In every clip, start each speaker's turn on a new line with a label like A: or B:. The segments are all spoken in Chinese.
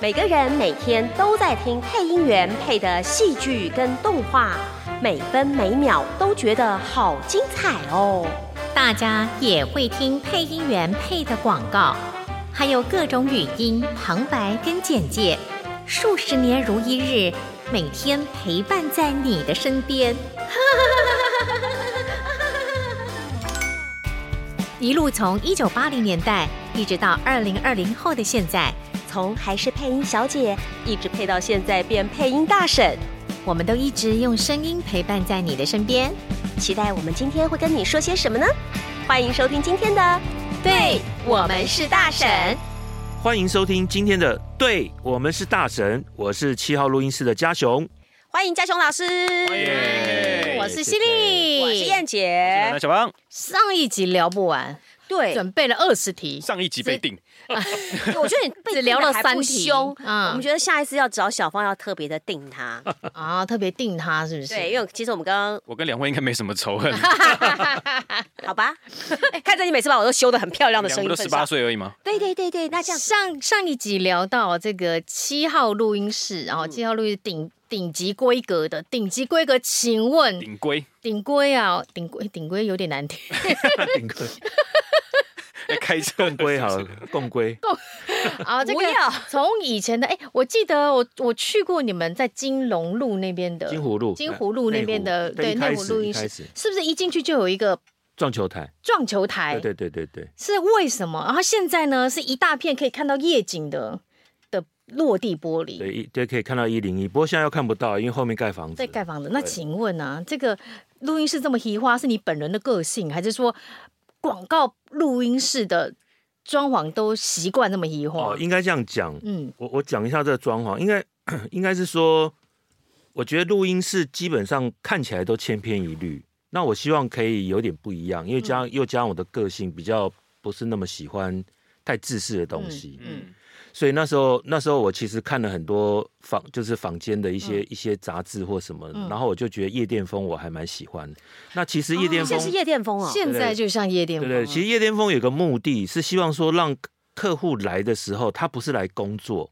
A: 每个人每天都在听配音员配的戏剧跟动画，每分每秒都觉得好精彩哦。
B: 大家也会听配音员配的广告，还有各种语音、旁白跟简介，数十年如一日，每天陪伴在你的身边。 一路从一九八零年代一直到二零二零后的现在，
A: 从还是配音小姐，一直配到现在变配音大婶，
B: 我们都一直用声音陪伴在你的身边。
A: 期待我们今天会跟你说些什么呢？欢迎收听今天的《
B: 对我们是大神》。
C: 欢迎收听今天的《对我们是大神》，我是七号录音室的嘉雄，
A: 欢迎嘉雄老师，
B: 我是犀利，
A: 我是燕
D: 来
A: 姐。
D: 小芳，
B: 上一集聊不完，
A: 对，
B: 准备了二十题，
D: 上一集被定，
A: 我觉得你被
B: 只聊了
A: 定得还
B: 三
A: 不
B: 题
A: 凶，
B: 嗯
A: 我们觉得下一次要找小芳要特别的定 他。
B: 啊，特别定他是不是？
A: 对，因为其实我们刚
D: 我跟梁慧应该没什么仇恨，
A: 刚好吧，看在你每次把我都修的很漂亮的
D: 两
A: 声音
D: 个都
A: 份
D: 十八
A: 上，
D: 岁而已嘛。
A: 对对对对，那这样
B: 上上一集聊到这个七号录音室，然后
C: 嗯
B: 七号录音室顶顶级规格的顶级规格，请问
D: 顶规，
B: 顶规啊，顶规顶规有点难 听，
C: 顶规
D: 哎开车
C: 共规好了，共规
B: 啊，这
A: 不
B: 个
A: 要
B: 从以前的哎、我记得我我去过你们在金龙路那边的
C: 金湖路
B: 金湖路那边的
C: 内湖
B: 对
C: 一
B: 内
C: 开
B: 湖
C: 始
B: 录音
C: 一开
B: 室，
C: 始
B: 是不是一进去就有一个
C: 撞球台，
B: 撞球台？
C: 对对对对对，
B: 是为什么？然后现在呢，是一大片可以看到夜景的的落地玻璃。
C: 对一对可以看到一零一，不过现在又看不到，因为后面盖房子
B: 在
C: 了，
B: 盖房子。那
C: 对
B: 请问啊，这个录音室这么奇花，是你本人的个性，还是说广告录音室的装潢都习惯这么奇花？
C: 哦，应该这样讲，
B: 嗯
C: 我我讲一下这个装潢，应该 应该是说，我觉得录音室基本上看起来都千篇一律。那我希望可以有点不一样，因为
B: 嗯
C: 加上、又加上我的个性比较不是那么喜欢太自式的东西，
D: 嗯，
C: 所以那时候那时候我其实看了很多坊就是坊间的一
A: 嗯
C: 些、一些杂志或什么，
B: 嗯
C: 然后我就觉得夜店风我还蛮喜欢。那其实夜店风、
A: 现在是夜啊店风哦，
B: 现在就像夜店
C: 对
B: 风
C: 不对，其实夜店风有个目的是希望说让客户来的时候，他不是来工作，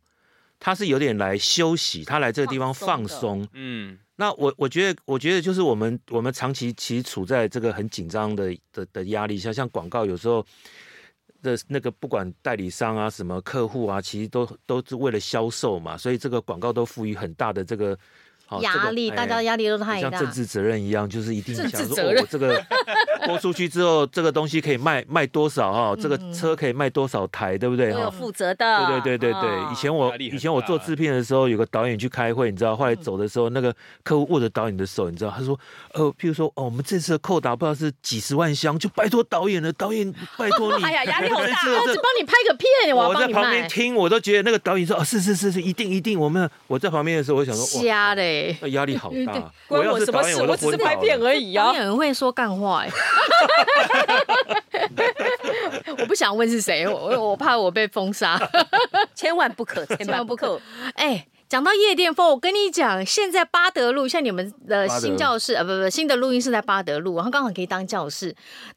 C: 他是有点来休息，他来这个地方
A: 放
C: 放
A: 松
C: 松。
D: 嗯，
C: 那我我觉得，我觉得就是我们我们长期其实处在这个很紧张的的的压力下，像广告有时候。的那个不管代理商啊、什么客户啊，其实都都是为了销售嘛，所以这个广告都赋予很大的这个好这
B: 压
C: 个
B: 力，
C: 哎
B: 大家压力都太
C: 像
B: 大。啊
C: 政治责任一样，就是一定
B: 政
C: 想
B: 治
C: 说，
B: 责
C: 哦
B: 任
C: 我这个播出去之后，这个东西可以卖卖多少哈、这
B: 嗯
C: 个车可以卖多少台，对不对
A: 我有
C: 哈？
A: 负责的。
C: 对对对对
A: 嗯
C: 对，以前我
D: 压力很大啊
C: 以前我做制片的时候，有个导演去开会，你知道，后来
A: 嗯
C: 走的时候，那个客户握着导演的手，你知道，他说，呃，譬如说，哦，我们这次的扣打不知道是几十万箱，就拜托导演了，导演拜托你，
A: 哎呀压力好大
C: 这次
B: 我
C: 的
B: 只
C: 这
B: 帮你拍个片，我要
C: 我在
B: 帮你
C: 旁边
B: 卖。
C: 听，我都觉得那个导演说，哦，是是是是，一定一定，我们我在旁边的时候，我想说，哇，
B: 瞎嘞，
C: 那压力好 大，啊
A: 关
C: 要
A: 我
C: 是
A: 什么
C: 导演
A: 事？
C: 都
A: 我只是
C: 昏倒
A: 拍片
C: 了
A: 而已
B: 导
A: 啊。
B: 演很会说干话 哎。我不想问是谁，我我怕我被封杀。
A: 千万不可，千万不可。
B: 哎，讲到夜店风，我跟你讲，现在巴德路，像你们的
C: 巴德路
B: 新教室，呃，不不，新的录音室在巴德路，然后刚好可以当教室。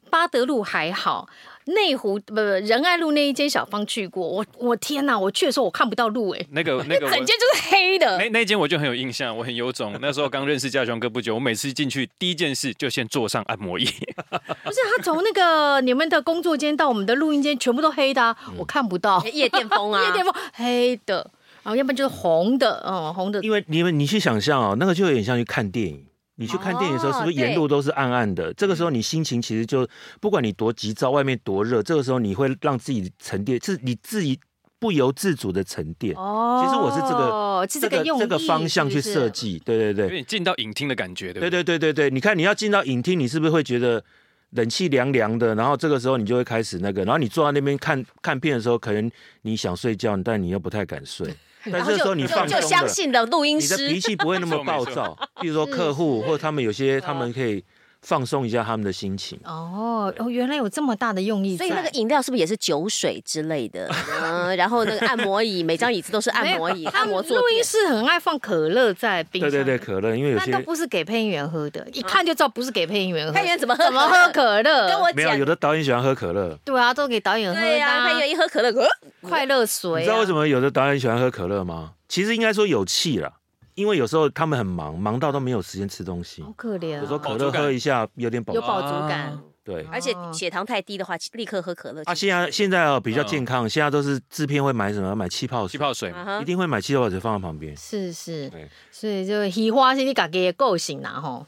B: 巴德路还好，内湖不不仁爱路那一间小芳去过，我我天哪，我去的时候我看不到路、哎，
D: 那个那个
B: 整
D: 我
B: 间就是黑的
D: 那。那间我就很有印象，我很有种。那时候刚认识嘉雄哥不久，我每次进去第一件事就先坐上按摩椅，
B: 不是，他从那 个你们的工作间到我们的录音间，全部都黑的啊、
C: 嗯
B: 我看不到。
A: 夜店风啊，
B: 夜店风黑的，然后要不然就是红的，嗯，红的。
C: 因为你们你去想象哦，那个就有点像去看电影。你去看电影的时
A: 哦
C: 候，是不是沿路都是暗暗的？这个时
B: 嗯
C: 候你心情其实就不管你多急躁，外面多热，这个时候你会让自己沉淀，是你自己不由自主的沉淀。
B: 哦
C: 其实我是这个
B: 是这个用
C: 这个
B: 意
C: 方向去
B: 是不是
C: 设计，对对
D: 有
C: 对
D: 点进到影厅的感觉，对不
C: 对
D: 对？
C: 对对对对。你看你要进到影厅，你是不是会觉得冷气凉凉的？然后这个时候你就会开始那个，然后你坐在那边看看片的时候，可能你想睡觉，但你又不太 敢睡。但
A: 然后
C: 这个时
A: 就
C: 候你
A: 就
C: 放
A: 就
C: 松了。
A: 相信了录音
C: 你的
A: 师。
C: 脾气不会那 么暴躁。比如说客
B: 嗯
C: 户或者他们有
B: 啊
C: 些，他们可以放松一下他们的心情。
B: 哦哦，原来有这么大的用意
A: 所
B: 在，
A: 以那个饮料是不是也是酒水之类的？嗯，墙，然后那个按摩椅，每张椅子都是按摩椅、
B: 他
A: 按
B: 们
A: 摩坐
B: 录音
A: 垫。
B: 室很爱放可乐在冰
C: 对
B: 箱，
C: 对对，，可乐，因为有
B: 但
C: 些
B: 都不是给配音员喝的，一看就知道不是给配音员喝。
A: 嗯配音员怎么喝
B: 怎么喝可乐？
A: 跟我
C: 没有有
A: 讲，
C: 的导演喜欢喝可乐，
B: 对啊，都给导演喝
A: 对
B: 的
A: 呀，
B: 啊、
A: 配音员一喝可乐，呃
B: 快乐
C: 你
B: 水、啊
C: 知道为什
B: 么？
C: 么有的导演喜欢喝可乐吗？其实应该说有气啦，因为有时候他们很忙，忙到都没有时间吃东西
B: 好。可怜、啊。
C: 有时候可
D: 饱
C: 乐
D: 足感
C: 喝一下有点饱
A: 有，饱足
D: 啊
A: 感，
C: 对。
A: 而且血糖太低的话，立刻喝可乐。
C: 啊，现在现在哦比较健
B: 嗯
C: 康，现在都是制片会买什么？买气泡
D: 气
C: 水，
D: 泡水
A: 啊哈
C: 一定会买气泡水放在旁边。
B: 是是
C: 对，
B: 所以就喜花是你家己的个性啦 吼，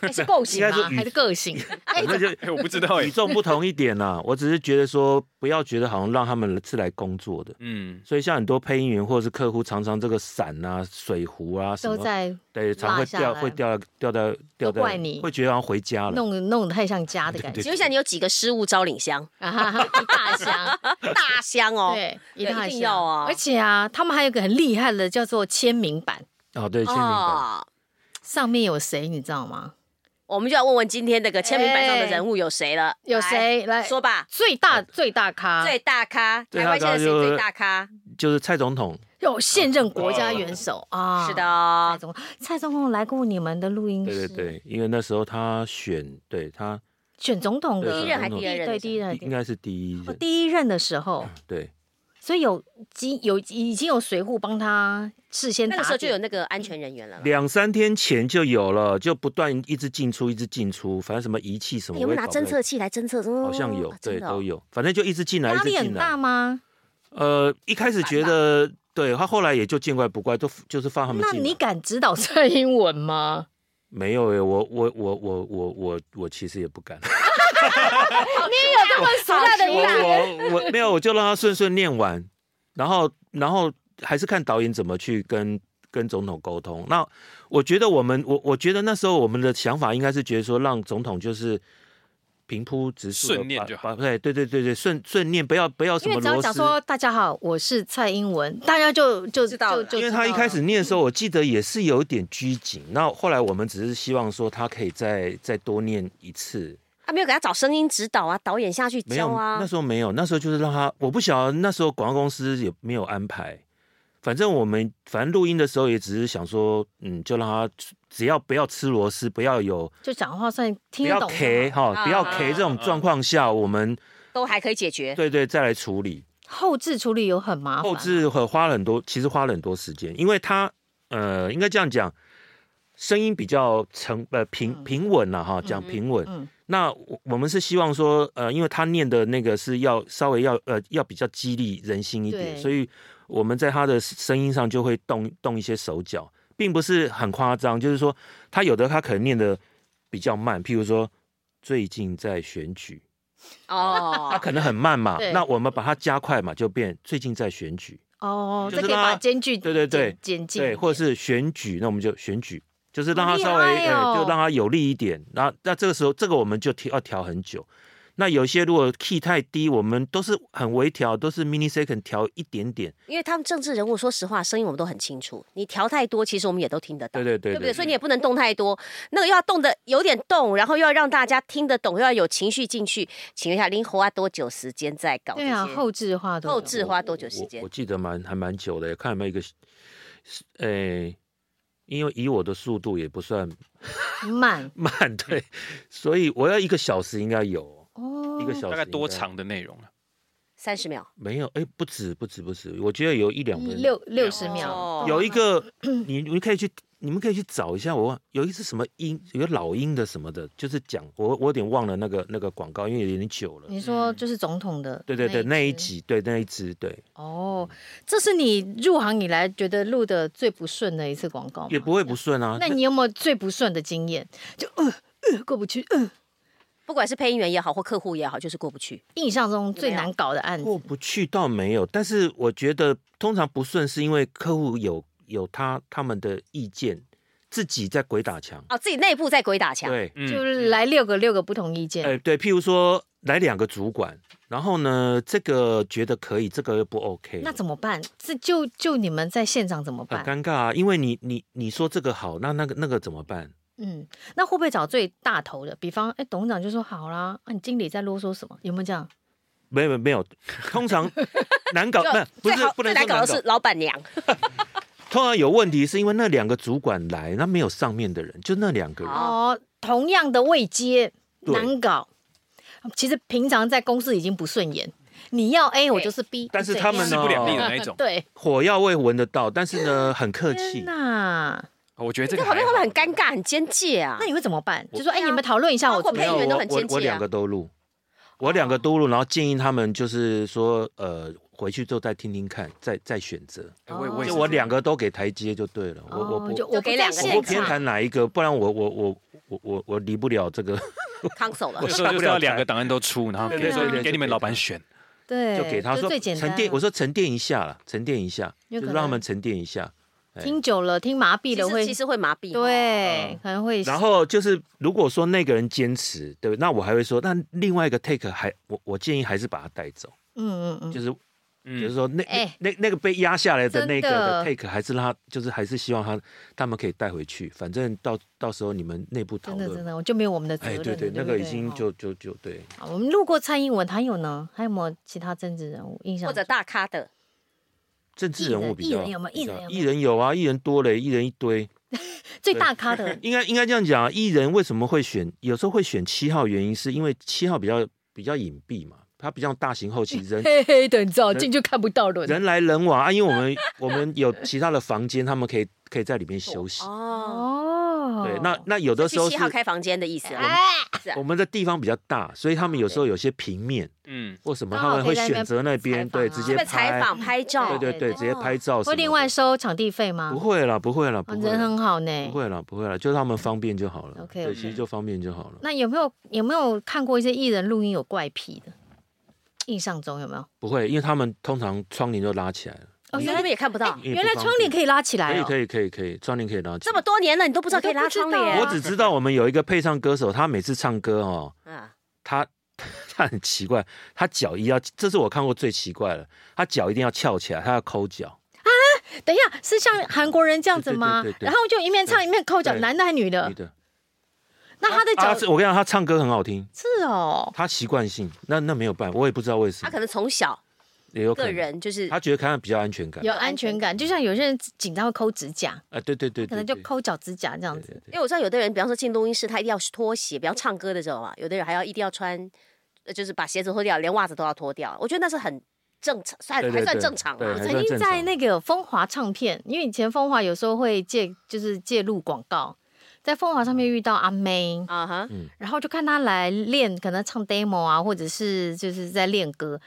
A: 还是够
C: 应
A: 醒
C: 该
A: 吗
C: 说？与
B: 还是个性？哎、
C: 那就
D: 哎，我不知道 哎
C: 与，众不同一点啦、我只是觉得说，不要觉得好像让他们是来工作的。
D: 嗯，
C: 所以像很多配音员或者是客户，常常这个伞啊、水壶啊 什
B: 都
C: 么，
B: 在
C: 对，常会
B: 拉下
C: 掉，
B: 来
C: 会掉到掉到掉
B: 都
C: 到
B: 怪，你
C: 会觉得好像回家了。
B: 弄弄得太像家的感觉
A: 请问一下，你有几个失物招领箱？
B: 啊哈哈， 一大箱，
A: 大箱哦，
B: 对，一
A: 对
B: 大
A: 一
B: 箱
A: 定要啊
B: 而且啊，他们还有一个很厉害的叫做签名版，
C: 哦，对，签名版。
A: 哦，
B: 上面有谁你知道吗？
A: 我们就要问问今天那个签名板上的人物有谁了？
B: 哎有谁哎啊来？
A: 说吧？
B: 最大最大咖，
A: 最大咖，
C: 最
A: 台
C: 大咖
A: 湾现在谁
C: 就是
A: 最大咖？
C: 就是蔡总统，
B: 有现任国家元首啊，
A: 是的
B: 蔡
A: 哦，
B: 总蔡总统来过你们的录音
C: 对
B: 室，
C: 对对，因为那时候他选，对他
B: 选总统的
C: 对嗯
A: 第一任还是
C: 总统
A: 第二任？
B: 对第一任，
C: 应该是第一
B: 哦
C: 人，
B: 第一任的时候，
C: 对，
B: 所以有经有已经有随扈帮他事先
A: 那
B: 打
A: 个时候就有
B: 点
A: 那个安全人员了啦。
C: 两三天前就有了，就不断一直进出，一直进出，反正什么仪器
B: 哎
C: 什么，
A: 有没有哎拿
C: 我也搞
A: 侦
C: 不太
A: 测器来侦测？
C: 好像有
A: 啊，真
C: 对，
A: 的哦
C: 都有，反正就一直进来，一
B: 压
C: 直
B: 力
C: 进
B: 很大
C: 来。
B: 吗？
C: 呃，一开始觉得对他后来也就见怪不怪，都就是放他们
B: 那
C: 进
B: 你
C: 来。
B: 敢指导蔡英文吗？
C: 没有诶，我我我我我我我其实也不敢，
A: 哦
B: 这么熟
A: 烂的
C: 我哦我我没有，我就让他顺顺念完，然后然后还是看导演怎么去跟跟总统沟通。那我觉得我们我我觉得那时候我们的想法应该是觉得说，让总统就是平铺直述地把，
D: 顺念就
C: 把
D: 好
C: 对对对对对，顺顺念，不要不要什
B: 因为
C: 么
B: 只要
C: 螺
B: 讲
C: 丝。
B: 说大家好，我是蔡英文，大家就就
A: 知道
B: 就
A: 了
B: 就
C: 因为
B: 知
C: 他
B: 道
C: 一开
B: 了
C: 始念的时
B: 嗯
C: 候，我记得也是有一点拘谨。那后来我们只是希望说他可以再再多念一次，
A: 他啊没有给他找声音指导啊，导演下去
C: 没
A: 教
C: 有、
A: 啊
C: 那。时候没有，那时候就是让他，我不晓得那时候广告公司也没有安排。反正我们反正录音的时候也只是想说，嗯，就让他只要不要吃螺丝，不要有
B: 就讲话算
C: 不
B: 听得
C: 要
B: 懂就好
C: K 哈，
A: 啊
C: 不要 K 这种状况下，我们
A: 都还可以解决。
C: 对对再来处理。
B: 后置处理有很麻烦，啊
C: 后置和花了很多，其实花了很多时间，因为他呃，应该这样讲，声音比较沉呃平平稳了、哈，讲平稳。
B: 嗯
C: 那我我们是希望说，呃，因为他念的那个是要稍微要呃要比较激励人心一点，
B: 对
C: 所以我们在他的声音上就会动动一些手脚，并不是很夸张，就是说他有的他可能念的比较慢，譬如说最近在选举，他
A: 哦，
C: 可能很慢嘛
B: 对，
C: 那我们把它加快嘛，就变最近在选举。
B: 哦，
C: 就
B: 这可
C: 是
B: 以
C: 让
B: 把
C: 他
B: 间距
C: 对对对
B: 减进一
C: 对，
B: 点，
C: 或者是选举，那我们就选举，就是让
B: 好
C: 他
B: 厉
C: 稍微、
B: 害
C: 呃，
B: 哦
C: 就让他有利一点。那那这个时候，这个我们就调要调很久。那有些如果 key 太低，我们都是很微调，都是 mini second 调一点点。
A: 因为他们政治人物，说实话，声音我们都很清楚。你调太多，其实我们也都听得到
C: 对。对对
A: 对不对？所以你也不能动太多，那个又要动的有点动，然后又要让大家听得懂，又要有情绪进去。请问一下，林侯花啊多久时间在搞这
B: 对
A: 些？
B: 啊，后置的话都
A: 后
B: 有
A: 置花多久时
C: 我
A: 间
C: 我？记得蛮还蛮久的，看有没有一个，呃、因为以我的速度也不算
B: 慢
C: 慢，对， 所以我要一个小时应该有。
B: 哦，
C: 一个小时
D: 大概多
C: 应该？
D: 长的内容啊？
A: 三十秒，
C: 没有，哎、不止，不止，不止，我觉得有一两分钟。
B: 六六十秒
A: 哦，
C: 有一个，你你们可以去，你们可以去找一下，我忘有一只什么鹰，有个老鹰的什么的，就是讲我我有点忘了那个那个广告，因为有点久了。
B: 你说就是总统的，
C: 嗯对对对，那一
B: 支
C: 集对那一只对，
B: 哦，这是你入行以来觉得录的最不顺的一次广告吗？
C: 也不会不顺啊。
B: 哦那你有没有最不顺的经验？就呃呃过不去，呃，
A: 不管是配音员也好，或客户也好，就是过不去。
B: 印象中最难搞的案子
C: 那过不去倒没有，但是我觉得通常不顺是因为客户有有他他们的意见，自己在鬼打墙。
A: 哦，自己内部在鬼打墙。
C: 对，
D: 嗯
B: 就是来六个六个不同意见，
C: 哎对，譬如说来两个主管，然后呢这个觉得可以，这个又不 OK。
B: 那怎么办？这就就你们在现场怎么
C: 很
B: 办？
C: 尴尬啊，因为你你你说这个好，那那个那个怎么办？
B: 嗯，那会不会找最大头的？比方，哎，董事长就说好啦，啊，你经理在啰嗦什么？有没有这样？
C: 没有没有，通常难搞，
B: 就
C: 不是
A: 最好
C: 不
A: 最难
C: 能说
A: 搞
C: 难
A: 的
C: 搞
A: 是，老板娘，
C: 通常有问题是因为那两个主管来，那没有上面的人，就那两个人。
B: 哦，同样的位阶
C: 对
B: 难搞，其实平常在公司已经不顺眼，你要 A 我
A: 对
B: 就是 B，
C: 哎但是他们
D: 势
B: 怎
C: 呢
B: 样
D: 不两立的那一种。
B: 对，
C: 火药味闻得到，但是 呢，很客气
B: 天。哪，
D: 哦我觉得这
A: 这
D: 个
A: 旁边
D: 还
A: 会不
D: 好
A: 会很尴尬、很奸介啊
B: 那？你会怎么办？
C: 我
B: 就说哎，
A: 对啊
B: 你们讨论一下，我
A: 包括
B: 怎么
A: 配
B: 样
A: 音员都
C: 我
A: 很
C: 我
A: 奸介
C: 我两
A: 啊哦
C: 个。都录，我两个都录，然后建议他们就是说，呃，回去之后再听听看，再再选择。
D: 哎我也
A: 哦
D: 我也
C: 就是我
D: 这样
C: 两个都给台阶就对了，我我
B: 哦
C: 不
B: 就
C: 我
B: 我
A: 给
B: 不
A: 两个
B: 在现
A: 人
C: 不
A: 看
C: 偏
B: 场，
C: 袒哪一个，不然我我我我我我离不了这个，
A: 康手了
C: 我
D: 有，时候
C: 上
D: 就是
C: 不了
D: 要
C: 台
D: 两个档案都出，然后
C: 对
D: 给
B: 对对
D: 给你们老板选。
B: 对，
C: 就给他
B: 就
C: 说
B: 最简单
C: 沉
B: 啊，
C: 淀，我说沉淀一下了，沉淀一下，
B: 有
C: 就
B: 可
C: 是让他
B: 能
C: 们沉淀一下。
B: 听久了听麻痹
A: 其
B: 了
A: 实
B: 会
A: 其，实会麻痹。，哦
B: 对，可能会
C: 嗯然后就是，如果说那个人坚持，对不对？那我还会说，那另外一个 take 还我我建议还是把他带走，
B: 嗯嗯嗯，
C: 就是就
D: 嗯
C: 是，说那
B: 哎
C: 那那那个被压下来的
B: 真
C: 那个
B: 的
C: 的 take 还是让他就是还是希望他他们可以带回去，反正到到时候你们内部讨
B: 真的真
C: 论。
B: 的，我就没有我们的责
C: 哎，
B: 任了。
C: 对对，那
B: 不
C: 个已经
B: 哦
C: 就就就对，
B: 好我们路过蔡英文，还有呢，还有没有其他政治人物印象？
A: 或者大咖的，
C: 政治人物比
B: 艺
C: 较
B: 人艺人有没有
C: 比较
B: 艺人有没
C: 艺
B: 有
C: 人有啊，艺人多嘞，艺人一堆。
B: 最大咖 的
C: 应该应该这样讲啊，艺人为什么会选？有时候会选七号，原因是因为七号比较比较隐蔽嘛，他比较大型后期 人
B: 黑黑的，你知道
C: 人
B: 进去看不到人。
C: 人来人往啊，因为我们我们有其他的房间，他们可以可以在里面休息。
A: 哦，
B: 哦，
C: 对，那那有的时
A: 去
C: 候
A: 七
C: 是
A: 号开房间的意思啊，
B: 哎，
A: 是啊
C: 我们的地方比较大，所以他们有时候有些平面
D: 嗯，
C: 或什么，
B: 哦刚好
C: 他们会
B: 可以在那边
C: 选
B: 采访啊
C: 择那边对直
A: 这
C: 接
A: 个采
C: 拍，
A: 访拍照，
C: 对
B: 对
C: 对对，
B: 对
C: 直接拍照什么的。
B: 会另外收场地费吗
C: 不？会了，不会了，不
B: 哦
C: 会
B: 人
C: 啦，
B: 很好呢
C: 不。会了，不会了，就是他们方便就好了。
B: OK，OK
C: 对，其实就方便就好了，
B: 那有没有有没有看过一些艺人录音有怪癖的？印象中有没有？
C: 不会，因为他们通常窗帘就拉起来了。
B: 哦，
A: 你
B: 原
A: 那
B: 来
A: 边也看不到，
C: 因为
B: 原来
C: 不方
B: 窗帘
C: 便
B: 可以拉起来
C: 可以
B: 哦。
C: 可以可以可以，窗帘可以拉起
A: 这
C: 来。
A: 么多年了，你都不知道可以拉
B: 我都不
A: 窗
B: 知道啊
A: 帘，
C: 我只知道我们有一个配唱歌手，他每次唱歌哦，
A: 嗯
C: 他 他很奇怪，他脚一定要，这是我看过最奇怪的，他脚一定要翘起来，他要抠脚，
B: 等一下，是像韩国人这样子吗
C: 对对对？对对
B: 然后就一面唱一面抠脚，
C: 对
B: 男的还女的
C: 女？的。
B: 那呃他的
C: 啊，
B: 脚
C: 是我跟你讲，他唱歌很好听，
B: 是哦，
C: 他习惯性，那那没有办法，我也不知道为什
A: 他
C: 么，
A: 可能从小
C: 也有可
A: 个
C: 能，
A: 人就是
C: 他觉得看他比较安全感。
B: 有
C: 啊、
B: 安全感，就像有些人紧张会抠指甲，
C: 对对对对，
B: 可能就
C: 对
B: 抠脚指甲这样子。
A: 因为我知道有的人，比方说进录音室，他一定要脱鞋，比方唱歌的时候啊，有的人还要一定要穿，呃就是把鞋子脱掉，连袜子都要脱掉。我觉得那是很正常，算
C: 对对
A: 还算
C: 对
A: 正常
C: 对
B: 我
A: 啊。
C: 还
B: 曾
C: 算
B: 经
C: 正
B: 在
C: 常
B: 那个风华唱片，因为以前风华有时候会借，就是借录广告，在风华上
C: 嗯
B: 面遇到阿妹，
A: 啊哈，
B: 然后就看她来练，可能唱 demo 啊，或者是就是在练歌，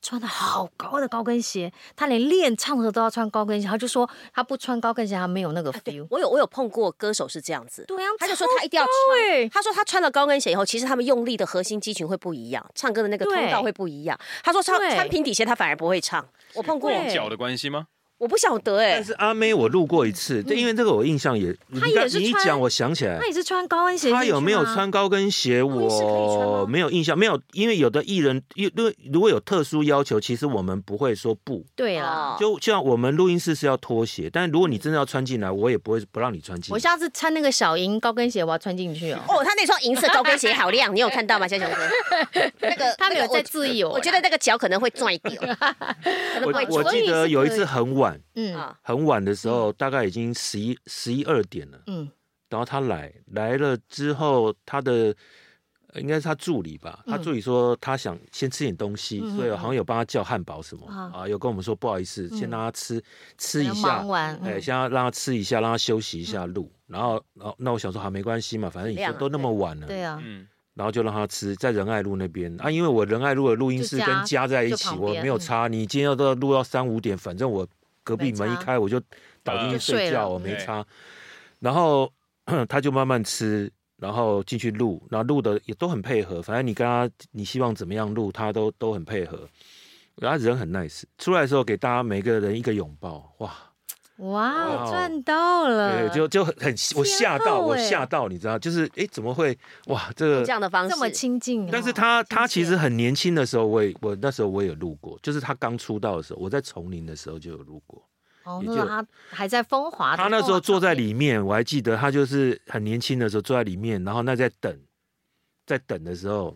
B: 穿的好高的高跟鞋，她连练唱的都要穿高跟鞋，她就说她不穿高跟鞋，她没有那个 feel。
A: 我有我有碰过歌手是这样子，
B: 对啊，欸
A: 他就说他一定要穿。
B: 对，
A: 他说他穿了高跟鞋以后，其实他们用力的核心肌群会不一样，唱歌的那个
B: 对
A: 通道会不一样。他说穿
B: 对
A: 穿平底鞋他反而不会唱，我碰过，
B: 对
D: 脚的关系吗？
A: 我不晓得哎、
C: 但是阿妹我录过一次，对，因为这个我印象也，你
B: 嗯她也
C: 刚
B: 是
C: 你一
B: 穿
C: 讲我想起来
B: 她，也是穿高跟鞋进去吗，
C: 他有没有穿高跟鞋？
A: 音室可以穿吗
C: 我没有印象，没有，因为有的艺人，因因为如果有特殊要求，其实我们不会说不。
B: 对啦，
A: 哦
C: 就就像我们录音室是要脱鞋，但如果你真的要穿进来，我也不会不让你穿进
B: 我
C: 来。
B: 下次穿那个小银高跟鞋，我要穿进去哦。
A: 哦，他那双银色高跟鞋好亮，你有看到吗，小熊 哥？那个
B: 他没有
A: 那个我
B: 在自由，哎
A: 我觉得那个脚可能会拽掉，哦 可能不会
C: 我
A: 穿
B: 所以
C: 记
B: 是
C: 得有一
B: 可以
C: 次很晚
B: 嗯
A: 啊。
C: 很晚的时候，大概已经十一十一二点了，
B: 嗯，
C: 然后他来来了之后，他的。呃应该是他助理吧，他助理说他想先吃点东西，
B: 嗯
C: 所以好像有帮他叫汉堡什么
B: 啊
C: 啊，有跟我们说不好意思，先
B: 嗯
C: 让他吃吃一
B: 可能
C: 下
B: 忙，完，
C: 哎，
B: 嗯
C: 先要让他吃一下，让他休息一下路，然后，然后那我想说，好，没关系嘛，反正已
A: 量
C: 经
A: 啊
C: 都那么晚了，
B: 对啊，
D: 嗯，
C: 然后就让他吃，在仁爱路那边啊，因为我仁爱路的录音室
B: 就加
C: 跟家在一
B: 就
C: 起，
B: 旁
C: 我
B: 边嗯
C: 没有差，你今天要到录到三五点，反正我隔壁
B: 没
C: 门一
B: 差
C: 开我就倒进
D: 啊
C: 去
D: 就
B: 睡
C: 睡
B: 了
C: 觉，我没
D: 对
C: 差，然后 他就慢慢吃。然后进去录，然后录的也都很配合，反正你跟他，你希望怎么样录，他都都很配合。然后他人很 nice，出来的时候给大家每个人一个拥抱，哇，
B: 哇，
C: 哇
B: 我
C: 哦
B: 赚到了，
C: 对，就就很很我吓到，我
B: 呃欸
C: 吓到，你知道，就是哎，怎么会哇这
A: 这
C: 个？
A: 样的方式，
B: 这么亲近哦，
C: 但是他他
B: 亲
C: 其
B: 切
C: 实很年轻的时候，我也我那时候我也有录过，就是他刚出道的时候，我在丛林的时候就有录过。
B: 哦，
C: 也
B: 那
C: 就
B: 时候他还在风华，
C: 他那时候坐在，里面，我还记得他就是很年轻的时候坐在里面，然后那在等，在等的时候，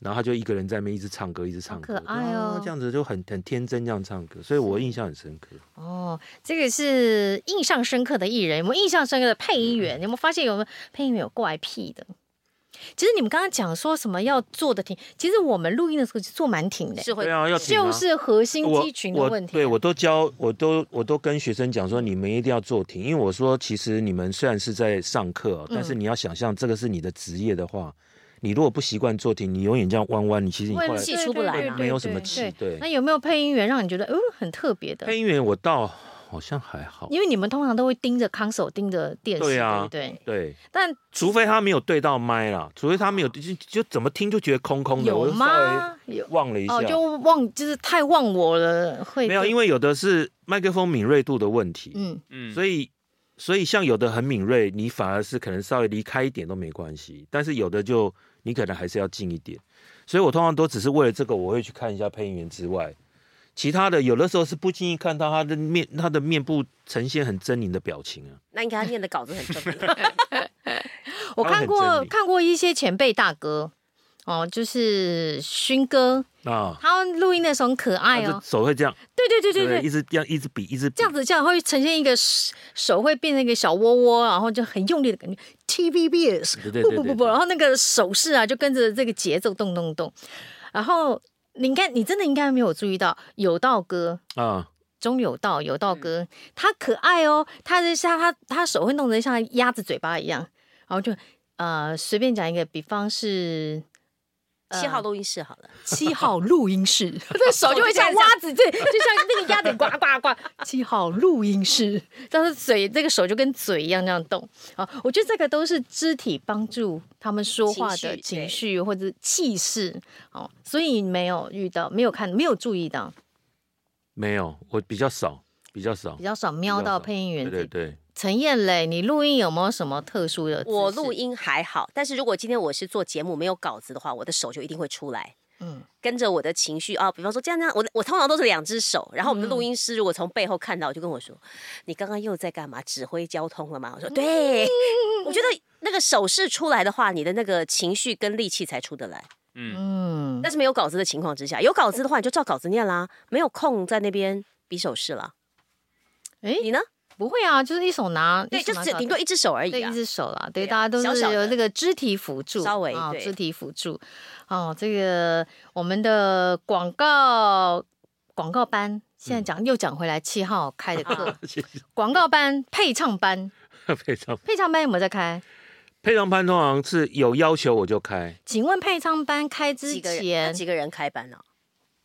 C: 然后他就一个人在那边一直唱歌，一直唱歌，
B: 好可爱哦
C: 对啊这样子就很很天真这样唱歌，所以我印象很深刻。
B: 哦，这个是印象深刻的艺人，有没有印象深刻的配音
C: 嗯
B: 员？你有没有发现有没有配音员有怪癖的？其实你们刚刚讲说什么要做的挺，其实我们录音的时候就做蛮挺的，
A: 是会
C: 对啊，要挺啊
B: 就是核心
C: 我
B: 肌群的
C: 我
B: 问题。啊
C: 对我都教，我都我都跟学生讲说，你们一定要做题，因为我说，其实你们虽然是在上课哦，但是
B: 嗯
C: 你要想象这个是你的职业的话，你如果不习惯做题，你永远这样弯弯，你其实你后
B: 问
C: 来
A: 气出不来嘛
C: 没有什么气。对
B: 那，有没有配音员让你觉得嗯很特别的？
C: 配音员我倒好像还好，
B: 因为你们通常都会盯着康手，盯着电视，
C: 对啊
B: 不对？
C: 对，
B: 但
C: 除非他没有对到麦啦，除非他没有就就怎么听就觉得空空的，我
B: 哦有
C: 就稍
B: 吗
C: 微？
B: 有
C: 忘了一下，
B: 哦，就忘，就是太忘我了，会
C: 没有，因
B: 为
C: 为有的是麦克风敏锐度的问题，
B: 嗯，
D: 嗯，
C: 所以，所以像有的很敏锐，你反而是可能稍微离开一点都没关系，但是有的就你可能还是要近一点。所以我通常都只是为了这个，我会去看一下配音员之外，其他的有的时候是不经意看到他的面，他的面部呈现很狰狞的表情啊。
A: 那应该他念的稿子很 正面。
B: 我
C: 他会
B: 看
C: 很
B: 过
C: 狰狞
B: 看过一些前辈大哥，哦，就是勋哥，
C: 啊，
B: 他录音的时候很可爱
C: 他的
B: 哦，
C: 手会这样，
B: 对对对
C: 啊对
B: 对
C: 不
B: 对
C: 对，，一直这样一直比一直比
B: 这样子这样会呈现一个手手会变成一个小窝窝，然后就很用力的感觉，TVBS，
C: 对对对
B: 不
C: 对
B: 不不不，
C: 对
B: 然后那个手势啊就跟着这个节奏动动动，然后你应该你真的应该没有注意到有道哥。
C: 啊，
B: 中有道有
C: 嗯
B: 道哥，他可爱哦，他的像他他手会弄得像鸭子嘴巴一样，然后就呃随便讲一个，比方是
A: 七号录音室
B: 嗯
A: 好了，
B: 七号录音 室，这手就会像鸭子， 对，就像那个鸭子呱呱呱。七号录音室，但是嘴这个手就跟嘴一样那样动啊。我觉得这个都是肢体帮助他们说话
A: 情
B: 的
A: 绪
B: 情
A: 对
B: 绪或者气势哦，所以没有遇到，没有看，没有注意到，
C: 没有，我比较少，比较少
B: 比，较少瞄
C: 比较
B: 到
C: 少
B: 配音员
C: 对
B: 这一
C: 对对，
B: 陈燕磊，你录音有没有什么特殊的姿势？
A: 我录音还好，但是如果今天我是做节目没有稿子的话，我的手就一定会出来。
B: 嗯
A: 嗯，跟着我的情绪啊，比方说这样这样，我的我通常都是两只手，然后我们的录音师如果从背后看到，就跟我说：“你刚刚又在干嘛？指挥交通了吗？”我 说：“对。”我觉得那个手势出来的话，你的那个情绪跟力气才出得来。
D: 嗯，
B: 嗯，
A: 但是没有稿子的情况之下，有稿子的话你就照稿子念啦，没有空在那边比手势了。
B: 哎、
A: 你呢？
B: 不会啊，就是一手拿，
A: 对，
B: 一手
A: 就
B: 拿
A: 是
B: 稿
A: 顶
B: 子
A: 多一只手而已
B: 对，
A: 啊
B: 一。只手啦，对，
A: 对啊
B: 大家都
A: 小
B: 是
A: 小
B: 有
A: 的
B: 这个肢体辅助，
A: 稍微
B: 啊，
A: 对
B: 肢体辅助，哦，这个我们的广告广告班，现在讲、又讲回来七号开 的课，
C: 谢谢
B: 广告班配唱班，
C: 非常
B: 配唱班有没有在开？
C: 配上潘通常是有要求我就开，
B: 请问配唱班开之
A: 几个人？那
B: 前，
A: 几个人开班哦呢？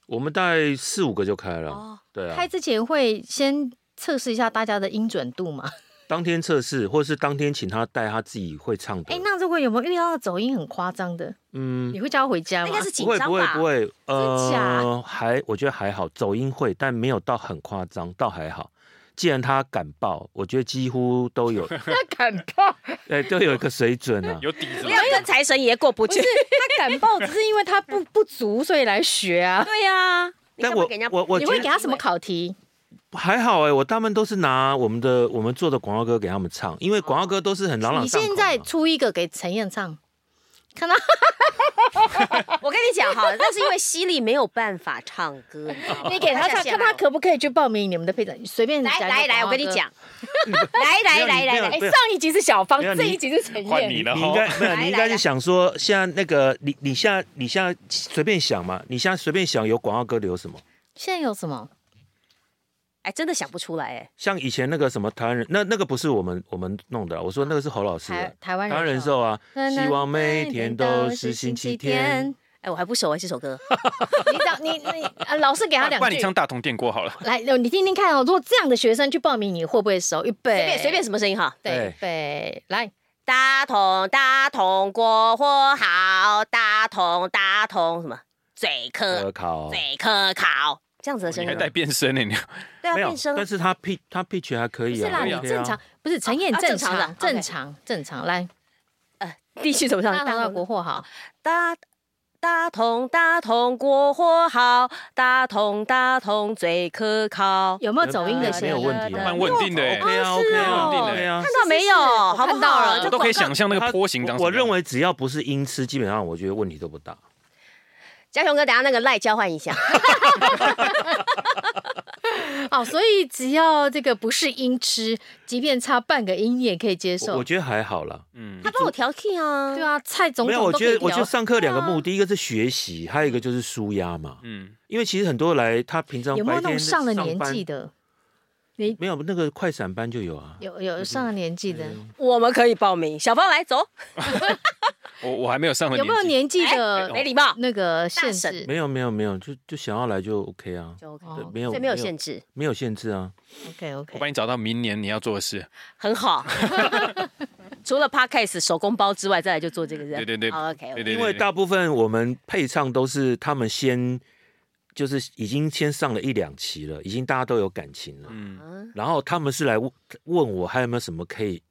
C: 我们大概四五个就开了，
A: 哦
C: 对啊，
B: 开之前会先测试一下大家的音准度吗？
C: 当天测试，或是当天请他带他自己会唱的。
B: 哎、那如果有没有遇到走音很夸张的，
C: 嗯，
B: 你会叫他回家
A: 那
B: 吗？
A: 应该是紧
C: 不会
A: 张
C: 不会
A: 吧？
C: 不会，
B: 真假
C: 呃，还我觉得还好，走音会，但没有到很夸张，倒还好。既然他敢报，我觉得几乎都有，
B: 他敢报，
C: 哎，都有一个水准啊。
D: 有底子
A: 不
D: 了
A: 要。跟财神爷过不
B: 不是
A: 去。
B: 他敢报，只是因为他不不足，所以来学啊。
A: 对呀、你
C: 但
A: 干嘛
C: 我
A: 给人家
C: 我我
B: 你
C: 觉
B: 会
C: 得
B: 给他什么考题？
C: 还好哎、我他们都是拿我们的我们做的广告歌给他们唱，因为广告歌都是很朗朗
B: 你
C: 上口
B: 现
C: 嘛。
B: 在出一个给陈燕唱，看他，
A: 我跟你讲哈， 那是因为犀利没有办法唱歌，你知道吗
B: 你给他唱，看他可不可以去报名你们的配长，随便
A: 来
B: 讲一
A: 来
B: 个
A: 来，
B: 广告
A: 我跟你
B: 歌。
A: 讲， 来来来来
B: 哎，
A: 来，
C: 不要
B: 上一集是小芳，
C: 不要
B: 这一集是陈
D: 换
B: 燕。
D: 你了
C: 你 应
D: 哈，
C: 该没有，
A: 来
C: 你应
A: 来
C: 该
A: 来
C: 是想说，现在那个你你现在你现在随便想嘛，你现在随便想有广告歌的有什么？
B: 现在有什么？
A: 哎，真的想不出来哎，
C: 像以前那个什么台湾人，那那个不是我们我们弄的啊，我说那个是侯老师
B: 台
C: 的
B: 台湾
C: 台
B: 人
C: 湾人寿啊，希望每天都是星期天。。
A: 哎，我还不熟哎这首歌，
B: 你找你你呃，老师给他
D: 不
B: 两
D: 然你唱
B: 句。
D: 大同电锅好 了。
B: 来，你听听看哦。如果这样的学生去报名，你会不会熟？预备，
A: 随便随便什么声音
C: 哎
A: 哈。
B: 对对，来，
A: 大同大同国货好，大同大同什么最可
C: 可考
A: 最可考这样子的声
D: 哦你
A: 音
D: 还，带变声呢，你
A: 对啊，
C: 没有
A: 变，声
C: 但是他 P 他 pitch 还可
B: 不
C: 以
B: 是
C: 啊，
B: 啦，
D: 可
B: 你
D: 以啊
B: 正常不是陈燕
A: 啊
B: 正
A: 正常的
B: 常正
A: OK
B: 常正常来，
A: 呃，第一句怎么唱？
B: 大拿到国货好，
A: 大大同大同国货好，大同大同最可靠。
B: 有没有走音的声
C: 没有
B: 音？
C: 问题啊，
D: 蛮稳定的欸
C: OK 啊
B: 哦是
C: OK 啊
B: 哦
C: ，OK 啊
A: 看。到没有？
B: 我
A: 好不
B: 看到
A: 好？
B: 了
A: 这
D: 我都可以
A: 广告
D: 欸想象那个
C: 他
D: 波形当什么
C: 我我
D: 样
C: 认为只要不是音痴，基本上我觉得问题都不大。
A: 嘉雄哥，等下那个赖交换一下，
B: 哦，所以只要这个不是音痴，即便差半个音你也可以接
C: 我
B: 受
C: 我。觉得还好啦。
D: 嗯
A: 他，帮我调 key 啊。
B: 对，啊，蔡总
C: 没有，
B: 统
C: 我
B: 都可
C: 觉
B: 以
C: 得我觉得
B: 聊。啊
C: 上课两个目的，一个是学习，还有一个就是舒压嘛。
D: 嗯，
C: 因为其实很多来他平常
B: 有没有
C: 白
B: 那种
C: 天
B: 上了
C: 班
B: 年纪的？
C: 没有，那个快闪班就有啊。
B: 有有上了年纪的，
A: 我们可以报名。小芳来走，
D: 我我还没有上了
B: 有没有
D: 纪
B: 年纪
D: 哎
B: 的
A: 没礼貌
B: 那个
A: 大
B: 限
A: 婶
B: 制？
C: 没有没有没有，就就想要来就 OK 啊，
A: 就 OK，
B: 哦
C: 对没有
A: 嗯所以没有限制，
C: 没有限制啊。
B: OK
D: 我
B: OK，
D: 帮你找到明年你要做的事，
A: 很 好。除了 podcast 手工包之外，再来就做这个人。
D: 对对对
A: 好，OK，
D: 对对
C: 因为大部分我们配唱都是他们先，就是已经先上了一两期了，已经大家都有感情了。
D: 嗯，
B: 啊
A: 嗯，
C: 然后他们是来问问我还有没有什么可以，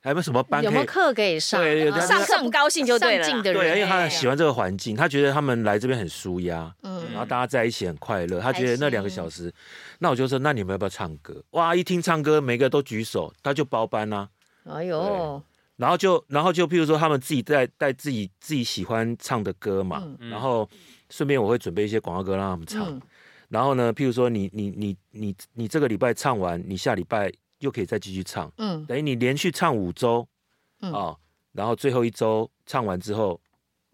C: 还有没有什么班
B: 有没
C: 可
B: 有
C: 以。
B: 课可以上？
C: 对有
B: 啊
C: 的
A: 上课不高兴就对了啦
B: 上进的
C: 对，因为
B: 人，哎
C: 他喜欢这个环境，他觉得他们来这边很舒压，然
B: 嗯，
C: 后大家在一起很快乐，他觉得
B: 开心
C: 那两个小时，那我就说，那你们要不要唱歌？哇，一听唱歌，每个都举手，他就包班啊。
B: 哎呦，
C: 然后就，然后就，譬如说他们自己带带自己自己喜欢唱的歌嘛，
D: 嗯
C: 然后顺便我会准备一些广告歌让他们唱。
B: 嗯，
C: 然后呢，譬如说你你你你你这个礼拜唱完，你下礼拜又可以再继续唱，
B: 嗯，
C: 等于你连续唱五周，啊、
B: 嗯
C: 然后最后一周唱完之后，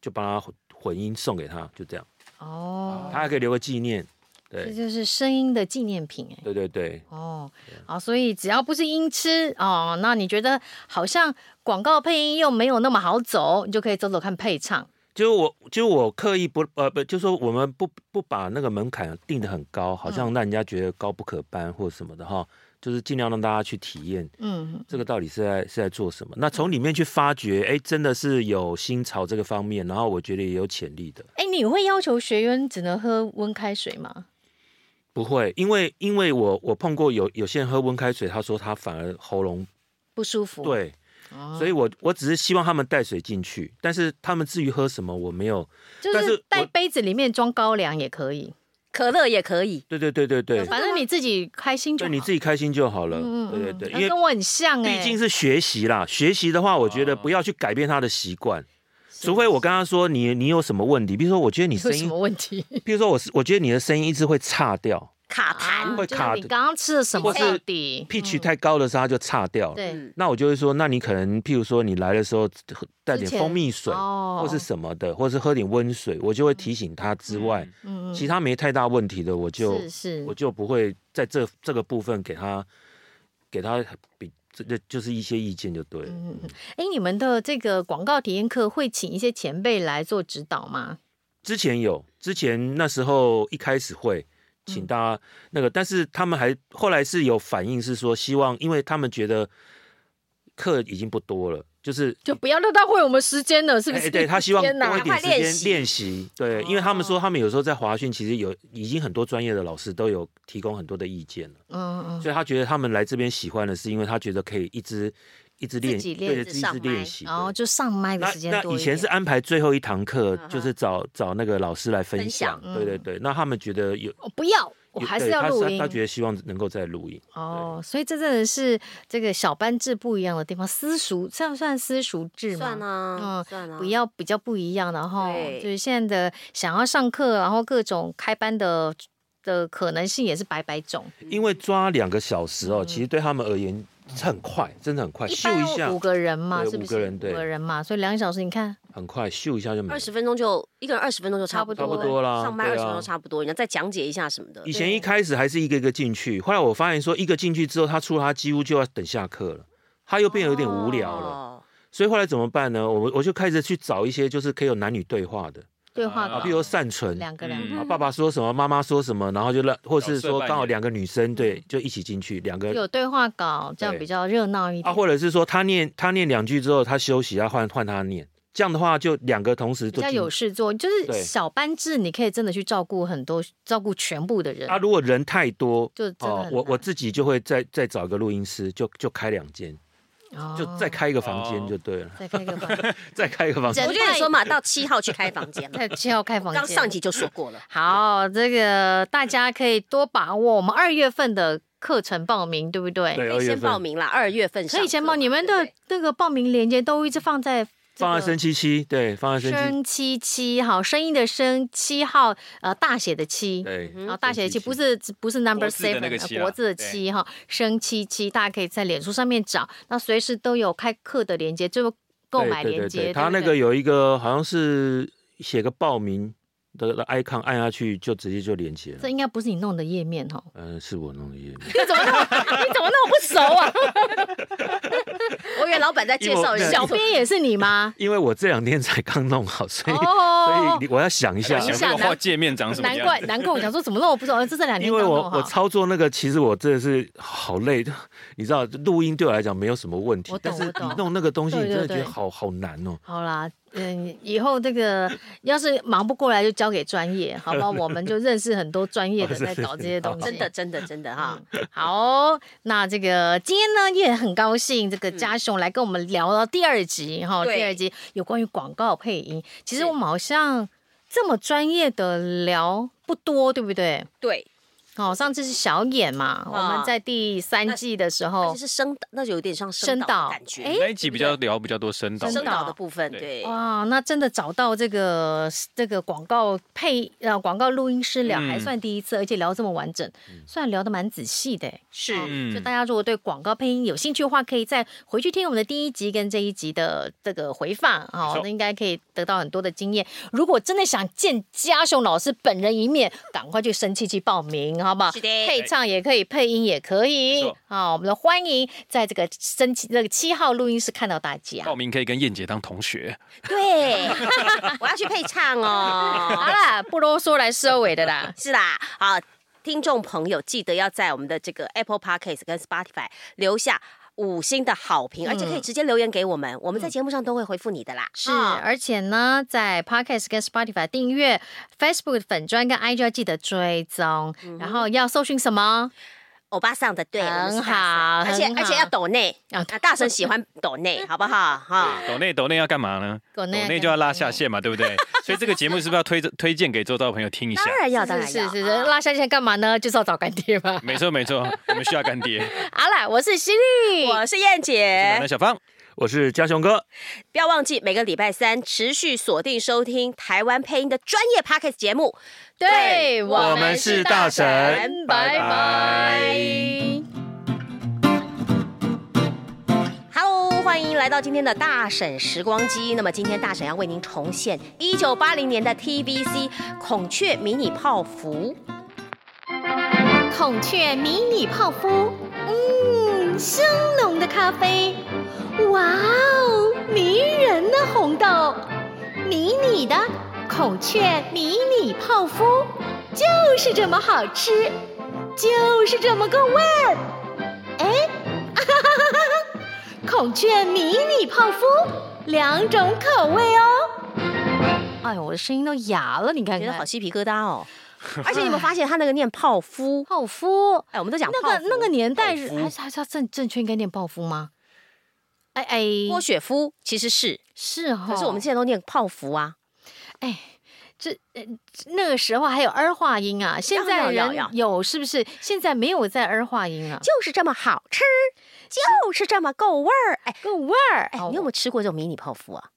C: 就帮他混混音送给他，就这样，
B: 哦
C: 他，还可以留个纪念。
B: 这
C: 对
B: 就是声音的纪念品哎。
C: 对对对，
B: 哦，好，所以只要不是音痴哦，那你觉得好像广告配音又没有那么好走，你就可以走走看配唱。
C: 就是我就是我刻意不呃不，就说我们不不把那个门槛定得很高，好
B: 嗯
C: 像让人家觉得高不可攀或什么的哈，就是尽量让大家去体验。
B: 嗯，
C: 这个到底是在是在做什么？那从里面去发掘，哎，真的是有新潮这个方面，然后我觉得也有潜力的。
B: 哎，你会要求学员只能喝温开水吗？
C: 不会，因为因为我我碰过有有些人喝温开水，他说他反而喉咙
B: 不舒服。，
C: 对，
B: 哦
C: 所以我我只是希望他们带水进去，但是他们至于喝什么，我没有。
B: 就
C: 但是
B: 是
C: 我
B: 带杯子里面装高粱也可以，
A: 可乐也可以。
C: 对对对对对，
B: 反正你自己开心就
C: 对
B: 好。
C: 你自己开心就好了。对对对，
B: 啊
C: 因
B: 跟
C: 为
B: 我很像哎、
C: 毕竟是学习啦，学习的话，我
B: 哦
C: 觉得不要去改变他的习惯。除非我跟他说你你有什么问题，比如说我觉得你
B: 有
C: 声
B: 什
C: 音
B: 么，问 题？
C: 比如说我是我觉得你的声音一直会差掉
A: 卡痰，
C: 啊会卡
B: 就是你刚刚吃了什么
C: 或是
B: 到底？
C: ，pitch 太高的时候它就差掉了。
B: 嗯对，
A: 嗯
C: 那我就会说，那你可能譬如说你来的时候喝带点
B: 之前
C: 蜂蜜水，
B: 哦
C: 或是什么的，或是喝点温水，我就会提醒他之外，
B: 嗯
C: 其他没太大问题的，我就是
B: 是
C: 我就不会在这这个部分给他给他比这这就是一些意见就对了。
B: 嗯，哎，你们的这个广告体验课会请一些前辈来做指导吗？
C: 之前有，之前那时候一开始会请大家那个，但是他们还后来是有反应，是说希望，因为他们觉得课已经不多了，就是
B: 就不要让他毁我们时间了，是不
C: 哎，
B: 是？
C: 对他希望
B: 天哪
C: 多一点
A: 赶
C: 时
A: 快练
C: 间
A: 习
C: 练习，对，因为他们说他们有时候在华讯其实有已经很多专业的老师都有提供很多的意见了，
B: 嗯嗯，
C: 所以他觉得他们来这边喜欢的是因为他觉得可以一直一直练，
B: 自己
C: 对
B: 练
C: 着
A: 自
C: 自己
A: 上
C: 一直
A: 麦
C: 练习，
B: 然后
C: 对
B: 就上麦的
C: 那
B: 时间
C: 那
B: 多
C: 以
B: 一
C: 前
B: 点。嗯
C: 是安排最后一堂课，就是找找那个老师来分
A: 分享
C: 享，对对对。那他们觉得有，
B: 我哦不要，嗯我
C: 有
B: 还是
C: 对
B: 要
C: 他
B: 录
C: 他
B: 音
C: 他觉得希望能够再录音。
B: 哦，所以这真的是这个小班制不一样的地方，私塾算不算私塾制吗？
A: 算啊，算啊，
B: 比较比较不一样的哈，
A: 对
B: 就是现在的想要上课，然后各种开班的的可能性也是百百种，
C: 因为抓两个小时哦，其实对他们而言是很快，真的很快，
B: 嗯一
C: 咻
B: 般
C: 啊一下
B: 五个人嘛，
C: 对
B: 是不是？
C: 五个人对
B: 五个人嘛，所以两个小时，你看
C: 很快，咻一下就没
A: 二
C: 了。
A: 十分钟就一个人二十分钟就差不
B: 差
A: 多
B: 不
A: 了，
C: 多啦
A: 上班二
C: 对
A: 十
C: 啊
A: 分钟差不多，你要再讲解一下什么的
C: 以。前
B: 对
C: 一开始还是一个一个进去，后来我发现说一个进去之后，他出来他几乎就要等下课了，他又变得有点无聊了。
A: 哦，
C: 所以后来怎么办呢？我我就开始去找一些就是可以有男女对话的
B: 对话
C: 啊，
B: 稿
C: 比如说善存，
B: 哦两个人
D: 嗯
C: 啊，爸爸说什么，妈妈说什么，然后就让，或是
D: 角色
C: 说
D: 扮演
C: 刚好两个女生对，
D: 嗯
C: 就一起进去，两个
B: 有对话稿，这样
C: 对
B: 比较热闹一
C: 啊，
B: 点。
C: 或者是说他念他念两句之后，他休息，要换换他念，这样的话就两个同时
B: 比
C: 都
B: 较
C: 进
B: 有事做，就是
C: 对
B: 小班制，你可以真的去照顾很多，照顾全部的人
C: 啊，。如果人太多，哦
B: 就真的很难
C: 我我自己就会再再找一个录音师，就就开两间，
B: 哦
C: 就再开一个房间
D: 哦
C: 就对了，
B: 再开个房，
C: 再开一个房间。
B: 人
A: 我就跟你说嘛，到七号去开房间嘛，
B: 再七号 开房间。
A: 刚上集就说过了。
B: 好，这个大家可以多把握我们二月份的课程报名，对不对？
C: 对，
A: 可
C: 二
A: 以
C: 月
A: 先报
C: 份
A: 名啦，二月份上
B: 可以先
A: 课
B: 报
A: 嘛
B: 你们
A: 对
B: 的
A: 不
B: 那个报名链接都一直放在
C: 放在
B: 这个
C: 生七七，对，放在生七，
B: 生七七，好，声音的声，七号，呃，大写的七，
C: 嗯对，
B: 然后大写的七
C: 生
B: 不是不是 number
D: 国字的
B: seven，
D: 那个七
B: 呃
D: 啦
B: 国字的七哈，生七七，大家可以在脸书上面找，那随时都有开课的连接，就购
C: 对
B: 买
C: 对
B: 连
C: 对
B: 接，
C: 对
B: 对
C: 他
B: 不
C: 那
B: 对
C: 个有一个好像是写个报名的的 icon 按下去就直接就连接
B: 这
C: 了，，
B: 应该不是你弄的页面哈
C: 嗯、是我弄的页面。
B: 你怎么那么你怎么那么不熟 啊？
A: 我以为老板在介绍人，
B: 小编也是你吗？
C: 因为我这两天才刚弄好，所以、
B: 哦
C: 所以我要想一下，
B: 想一下
D: 这个画界面长什么
B: 难
D: 样
B: 怪
D: 子？
B: 难怪我想说怎么弄我不呃懂，这这两天
C: 因为
B: 刚
C: 我
B: 弄
C: 我
B: 好。
C: 操作那个，其实我真的是好累，你知道，录音对我来讲没有什么问题
B: 我，懂
C: 但是
B: 我懂
C: 你弄那个东西，
B: 对
C: 你真的
B: 对
C: 觉得
B: 对
C: 好好难哦。
B: 好啦，嗯，以后这个要是忙不过来，就交给专业，好不好？我们就认识很多专
C: 哦
B: 业的在搞这些东西。
A: 真的，真的真的哈，
B: 好哦、那这个今天呢也很高兴，这个嘉雄来跟我们聊到第二集
A: 嗯
B: 哈，
A: 对
B: 第二集有关于广告配音。其实
A: 是
B: 我们好像这么专业的聊不多，对不对？
A: 对，
B: 哦，上次是小演嘛，我们在第三季的时
A: 而
B: 候
A: 且，是声，啊那就有点像
B: 声
A: 声导
B: 导
A: 的感觉，
B: 哎
D: 那一集比较聊比较多深导
B: 深
A: 声
D: 的，
A: 导的部分，
D: 对
A: 对，
B: 哇，那真的找到这个这个广告配呃广告录音师聊、
D: 嗯
B: 还算第一次，而且聊这么完整，算聊得蛮仔细的。
A: 是
B: 哦
D: 嗯
B: 就大家如果对广告配音有兴趣的话，可以再回去听我们的第一集跟这一集的这个回放
D: 没
B: 哦
D: 错，
B: 那应该可以得到很多的经验。如果真的想见嘉雄老师本人一面，赶快去生气去报名，好不好？
A: 是的
B: 配唱也可以，配音也可以
D: 没错。
B: 好，我们都欢迎在这个生气那个七号录音室看到大家。
D: 报名可以跟燕姐当同学。
A: 对，我要去配唱
B: 好
A: 哦。
B: 啦，不啰嗦，来收尾的 啦。
A: 是啦，好，听众朋友记得要在我们的这个 Apple Podcast 跟 Spotify 留下五星的好评，而且可以直接留言给我们，我们在节目上都会回复你的啦。
B: 是，
A: 啊
B: 而且呢，在 Podcast 跟 Spotify 订阅 Facebook 的粉砖跟 IG 要记得追踪，然后要搜寻什么？
A: 欧巴桑的，对，
B: 很
A: 我们是大声
B: 好
A: 而且
B: 很好
A: 而且要抖内
B: 啊
A: 啊，大神喜欢抖内，好不好？哈，
D: 抖内抖内要干嘛呢？
B: 抖
D: 抖
B: 哦内
D: 内就要拉下线嘛，对不对？所以这个节目是不是要推推荐给周遭的朋友听一下
A: 当？然要，当
B: 是
A: 然
B: 是
A: 要，
B: 是是，
A: 啊
B: 拉下线干嘛呢？就是要找干爹嘛。
D: 没错没错，我们需要 干爹。
B: 好啦，我是犀利，
A: 我是燕
B: 哎
A: 姐
D: 那，小芳，
C: 我是嘉雄哥，
A: 不要忘记每个礼拜三持续锁定收听台湾配音的专业 Podcast 节目。
B: 对，
C: 我们是大神
B: 拜
C: 拜
B: 拜
C: 拜。
A: Hello，欢迎来到今天的大婶时光机。那么今天大婶要为您重现一九八零年的 TVC 孔雀迷你泡芙。
E: 孔雀迷你泡芙，嗯，生浓的咖啡，哇哦，迷人的红豆，迷你的孔雀迷你泡芙，就是这么好吃，就是这么够味。哎， 啊哈哈哈哈哈，孔雀迷你泡芙，两种口味哦。
B: 哎呦，我的声音都哑了，你看
A: 觉得好
B: 看。
A: 鸡皮疙瘩 哦。而且你有没有发现他那个念泡芙？
B: 泡芙，
A: 哎，我们都讲
B: 那
A: 泡芙
B: 个那个年代是
D: 泡芙
B: 还是还是要正正确应该念泡芙吗？哎哎，
A: 郭雪芙其实是，
B: 是哈，
A: 可是我们现在都念泡芙啊。
B: 哎，这呃那个时候还有儿化音啊，现在
A: 要要
B: 人
A: 要
B: 有是不是？现在没有在儿化音了，
A: 就是这么好吃，就是这么够味儿。哎
B: 个味儿。
A: 哎，
B: 哦
A: 你有没有吃过这种迷你泡芙啊？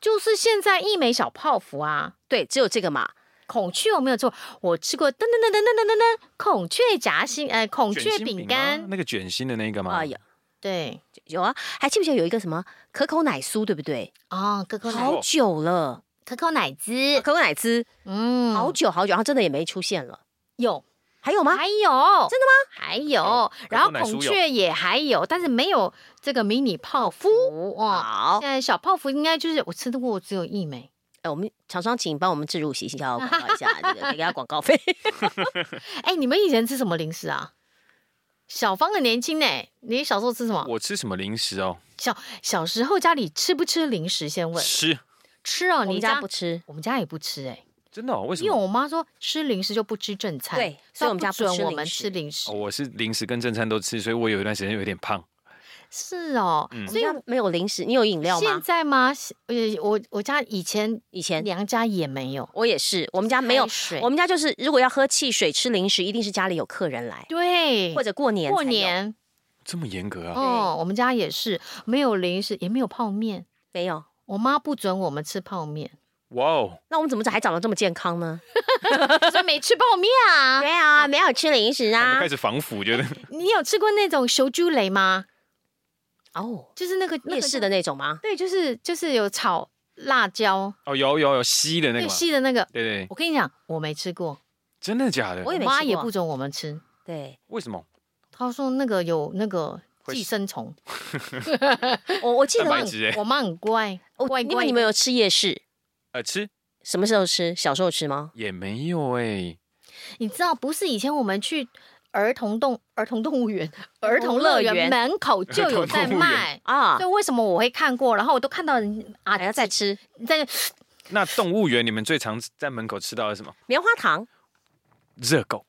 B: 就是现在一枚小泡芙啊，
A: 对，只有这个嘛。
B: 孔雀有没有做？我吃过噔噔噔噔噔噔噔噔，孔雀夹心，哎，孔
D: 卷
B: 雀
D: 心
B: 饼
D: 吗
B: 干，哦
D: 那个卷心的那个吗？
A: 哎呀，
B: 对，
A: 有啊，还记不记得有一个什么可口奶酥，对不对？
B: 哦，可口奶
A: 好久了，
B: 可口奶汁，
A: 可口奶汁
B: 嗯，
A: 好久好久，然后真的也没出现了。
B: 有，
A: 还有吗？哦
B: 还有，
A: 真
B: 的吗？还有
D: 有，
B: 然后
D: 可口奶酥
B: 孔
D: 有
B: 雀也还有，但是没有这个迷你泡芙哦。
A: 好，
B: 现在小泡芙应该就是我吃过只有一枚。
A: 哎，我们厂商请帮我们置入形 销广告一下，这个给他广告费。
B: 哎，你们以前吃什么零食啊？小芳很年轻呢，你小时候吃什么？
D: 我吃什么零食哦？
B: 小小时候家里吃不吃零食？先问
D: 吃，
B: 吃哦，
A: 我们
B: 你
A: 家不吃，
B: 我们家也不吃哎、
D: 真的哦？为什
B: 因为
D: 么？
B: 我妈说吃零食就不吃正餐，
A: 对
B: 她
A: 所以我们家不吃
B: 准我
A: 零
B: 们
A: 食
B: 吃零食
D: 哦。我是零食跟正餐都吃，所以我有一段时间有点胖。
B: 是哦，
D: 嗯
B: 所以
A: 我们家没有零食，你有饮料
B: 现
A: 吗？
B: 在吗？呃，我我家以前
A: 以前
B: 娘家也没有，
A: 我也是，我们家没有
B: 开，水
A: 我们家就是如果要喝汽水、吃零食，一定是家里有客人来，
B: 对，
A: 或者过年才有
B: 过年，嗯
D: 这么严格啊？
B: 哦，我们家也是没有零食，也没有泡面，
A: 没有。
B: 我妈不准我们吃泡面，
D: 哇哦，
A: 那我们怎么还长得这么健康呢？
B: 所以没吃泡面 啊。
A: 对啊，没有吃零食
D: 我们
A: 啊
D: 开。始防腐，觉得
B: 你有吃过那种熟猪雷吗？
A: 哦，
B: 就是那个
A: 夜市的，
B: 那个
A: 那种吗
B: 叫？对，就是就是有炒辣椒，
D: 哦，有有有吸的那个
B: 对，
D: 嘛，
B: 细的那个。
D: 对对，对
B: 我跟你讲，我没吃过，
D: 真的假的
A: 我？也没
B: 妈
A: 吃
B: 也
A: 过
B: 不准我们吃。
A: 对，
D: 为什么？
B: 她说那个有那个
D: 会
B: 寄 生虫，
A: 我我 记得
D: 蛋白
A: 很
D: 质哎，
B: 我妈很乖，乖
A: 因
B: 乖
A: 为欸哦你们有吃夜市，
D: 呃，吃
A: 什么时候吃？小时候吃吗？
D: 也没有哎，
B: 你知道，不是以前我们去儿童动儿童动物园、儿童乐
A: 乐园
B: 园门口就有在
D: 儿童动物园
B: 卖。
A: 啊哎
B: 所，以为什么我会看过，然后我都看到人啊，
A: 还要再吃
B: 在
D: 那动物园你们最常在门口吃到的是什么？
A: 棉花糖，
D: 热狗，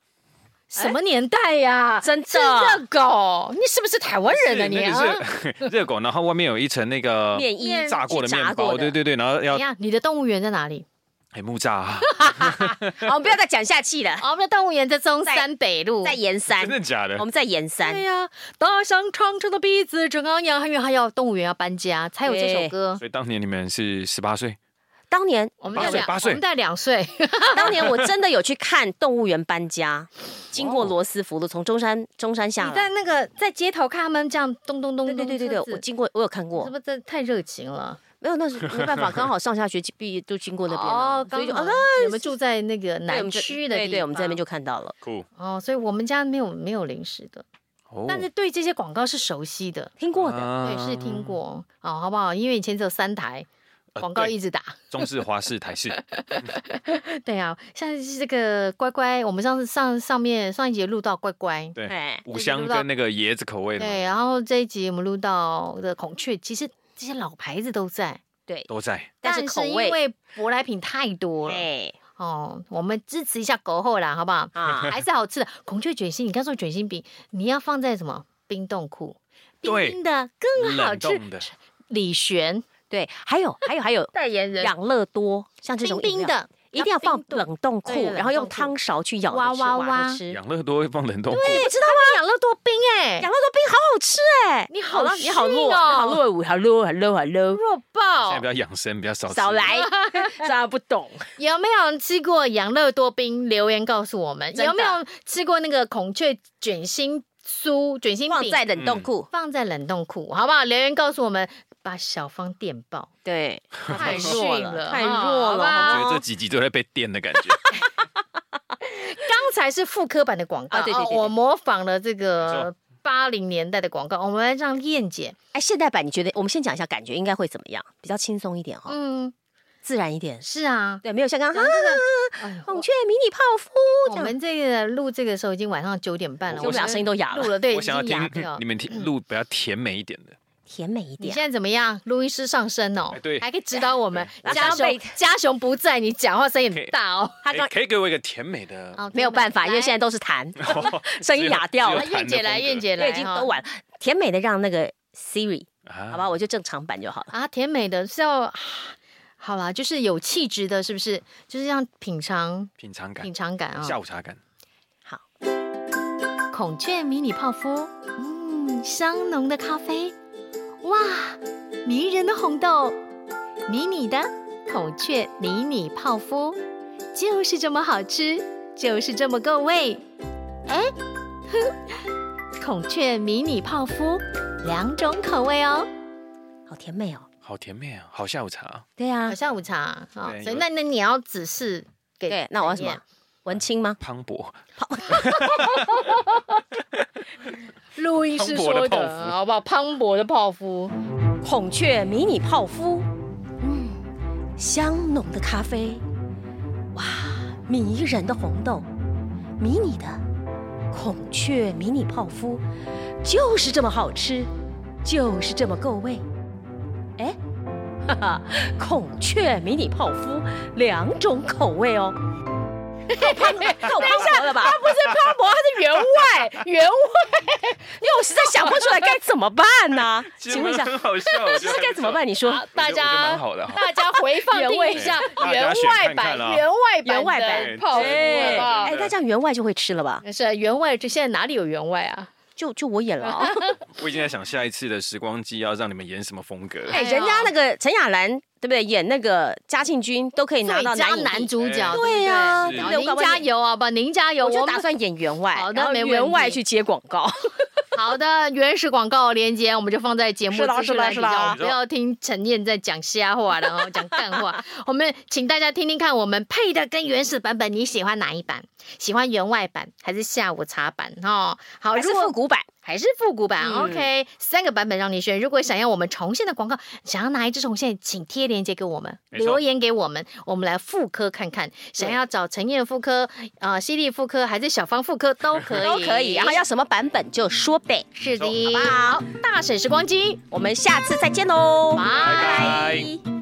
B: 什么年代呀？
A: 真
B: 吃热狗，你是不是台湾人啊
D: 是
B: 你
D: 那
B: 啊？
D: 个热 热狗，然后外面有一层那个
A: 面衣
D: 炸过的面包，对对对，然后
B: 怎
D: 要
B: 样？你的动物园在哪里？
D: 哎木栅啊，
A: 对。好，我们不要再讲下去了，
B: 哎哦，我们的动物园在中山北路。
A: 在盐山
D: 真，的假的
A: 我？们在盐
B: 对啊
A: 山。
B: 呀、大象长长的鼻子正昂扬，因为还要动物园要搬家，才有这首歌。
D: 所以当年你们是十八岁，
A: 当年
B: 我们
D: 八
B: 在
D: 岁
B: 两，
D: 八岁
B: 我们在两岁，
A: 当年我真的有去看动物园搬家，经过罗斯福路，从中山中山下
B: 哦你
A: 来。
B: 在那个在街头看他们这样咚咚咚
A: 对
B: 咚，
A: 对对对对，
B: 车子
A: 我经过，我有看
B: 是
A: 过
B: 不，是真的太热情了？
A: 没有，那是没办 法，刚好上下学期毕业都经过那边啊
B: 哦，，
A: 所以就
B: 刚好
A: 啊，
B: 你们住在那个
A: 对我
B: 南
A: 们这
B: 区的
A: 对
B: 地方，
A: 对，我们在那边就看到了。
D: 酷
B: 哦，所以我们家没有没有零食的，
D: 哦
B: 但是对这些广告是熟悉的，
A: 听过的，
D: 的
B: 对，是
A: 嗯
B: 听过哦，好不好？因为以前只有三台
D: 呃
B: 广告一直打，
D: 中式、华式、台式，
B: 对啊，像是这个乖乖，我们上次上上面上一节录到乖乖，
D: 对，
A: 哎，
D: 五香跟那个椰子口味的
B: 对，
A: 啊
D: 嘛
B: 然后这一集我们录到的孔雀，其实这些老牌子都在，
D: 都 在，
A: 但是口
B: 因
A: 味
B: 为舶来品太多了，
A: 哎
B: 哦，我们支持一下狗后啦，好不好？
A: 啊，
B: 还是好吃的孔雀卷心，你刚说卷心饼，你要放在什么冰冻库？冰
D: 对
B: 冰的更好
D: 冷
B: 吃
D: 冻。的，
B: 李璇
A: 对，还有还有还有
B: 代言 人
A: 养乐多，像这种
B: 冰
A: 饮
B: 冰
A: 料
B: 的，
A: 一定要放
B: 冰冻
A: 冷冻
B: 对
A: 库，
B: 冷
A: 然后用
B: 冻库
A: 汤勺去舀着
B: 哇
A: 吃
B: 哇
A: 挖着
B: 哇
A: 吃。
D: 养乐多会放冷冻库，
A: 你不知道吗？
B: 养乐多冰哎、
A: 养乐多冰好好吃哎！
B: 你好
A: 好了，你好
B: 逊
A: 弱，你
B: 哦
A: 好落伍，好落伍，好落伍，好落伍，
B: 弱爆
D: 现在比！较养生，比较少吃
A: 哦少， 来，大家不懂。
B: 有没有人吃过养乐多冰？留言告诉我们，
A: 真的
B: 有没有吃过那个孔雀卷心酥、卷心
A: 放
B: 饼？
A: 在冷冻
D: 嗯
A: 库，
B: 放在冷冻库，好不好？留言告诉我们，把小芳电
A: 嗯
B: 爆，
A: 对，
B: 太
A: 弱
B: 逊
A: 了
B: 了，
A: 太
B: 哈
A: 弱
B: 好
A: 了
B: 吧
A: 好
D: 觉得这几集都在被电的感 觉。
B: 刚才是复刻版的广告，
A: 啊对对对对
B: 我模仿了这
D: 没
B: 个八零年代的广告，我们来让燕姐，
A: 哎，现代版你觉得？我们先讲一下感觉应该会怎么样？比较轻松一点哈，
B: 嗯，
A: 自然一点。
B: 是啊，
A: 对，没有像刚刚啊
B: 哎呦
A: 孔雀迷你泡芙
B: 我
A: 这样，
B: 们这个录这个时候已经晚上九点半了，
A: 我们俩声音都哑
B: 录
A: 了，
B: 了，对，
D: 我想要
B: 已经哑
D: 听
B: 掉
D: 你。
A: 嗯
D: 们听录比较甜美一点的，
A: 甜美一
B: 你
A: 点。
B: 现在怎么样？录音师上身哦
D: 哎，对
B: 还可以指导我们。
A: 对
B: 家
A: 然后
B: 雄
A: 被
B: 家雄不在，你讲话声音很大哦。
A: 他哦
D: 哎
A: 刚
D: 可以给我一个甜美的，
B: 好
A: 没有办法，因为现在
B: 在
A: 都是痰， 声音哑掉了
D: 只有，
B: 燕姐来，
D: 弹的风格
B: 燕姐
A: 因为
B: 来，
A: 已经
B: 哈
A: 都 晚了。甜美的让那个 Siri，
D: 好
A: 好吧，我就正常版就好了。
B: 啊，甜美的是要。好啦，就是有气质的，是不是？就是让品尝
D: 品尝感
B: 品，尝感
A: 哦
B: 啊、
D: 下午茶感，
B: 孔雀迷你泡芙，嗯，香浓的咖啡，哇，迷人的红豆，迷你的孔雀迷你泡芙，就是这么好吃，就是这么够味。哎，哼，孔雀迷你泡芙两种口味哦。
A: 好甜美哦。
D: 好甜美啊，好下午茶啊，
A: 对啊
B: 好，下午茶啊，
D: 对
B: 所以
D: 有
B: 那那你要指示给
A: 对，那我要什
B: 陈燕
A: 么？文青吗？
D: 磅礴，
B: 录音师
D: 磅礴的
B: 说
D: 泡芙
B: 的，好不 好？磅礴的泡芙，
A: 孔雀迷你泡芙，嗯，香浓的咖啡，哇，迷人的红豆，迷你的孔雀迷你泡芙，就是这么好吃，就是这么够味。哎，哈哈，孔雀迷你泡芙两种口味 哦。够磅礴了吧？
B: 不是磅 礴，它是员外，员外。
A: 因为我实在想不出来该怎么办呢、 请问一下，
D: 很 好笑，我
A: 这
D: 觉
A: 是
D: 得
A: 该怎么办？你
B: 啊
A: 说。
D: 我觉
B: 大
D: 得我觉得蛮
B: 家
D: 好的哈
B: 大家回放听一下
D: 原
B: 原外
D: 味大家选看
B: 版、
D: 看啊
B: 原外版、
A: 原外版
B: 泡芙，
D: 哎对
B: 好不好
A: 哎哎，大家员外就会吃了吧？
B: 是原外，这现在哪里有原外啊？
A: 就就我演了、 哦。
D: 我已经在想下一次的时光机要让你们演什么 风格。
A: 哎，人家那个陈雅兰，对不对？演那个嘉庆君都可以拿
B: 最
A: 到
B: 佳
A: 影
B: 男
A: 帝
B: 主角，
A: 对呀
B: 不
A: 对
B: 哎对
A: 不对
B: 好您加油啊！不，您加油，
A: 我就
B: 我
A: 打
B: 们
A: 算演员外，
B: 好的
A: 然后
B: 没问
A: 员外
B: 题
A: 去接广告。
B: 好的原始广告连接，我们就放在节目
A: 是啦
B: 资讯
A: 是啦
B: 栏
A: 是
B: 底下
A: 啦
B: 我们不要听陈燕在讲瞎话，然后讲干话。我们请大家听听看，我们配的跟原始版本，你喜欢哪一版？喜欢原外版还是下午茶版？哦，好，
A: 还是
B: 如果
A: 复古版，
B: 还是复古版、
A: 嗯
B: o k 三个版本让你选。如果想要我们重现的广告，想要哪一支重现，请贴链接给我们，
D: 没错
B: 留言给我们，我们来复刻看看。想要找陈燕复刻、呃犀利复刻还是小芳复刻都可 以，
A: 都可以。然啊后要什么版本就说呗。
B: 是的
D: 没，
B: 好，大婶时光机，
A: 我们下次再见喽，
B: 拜
D: 拜。
A: 拜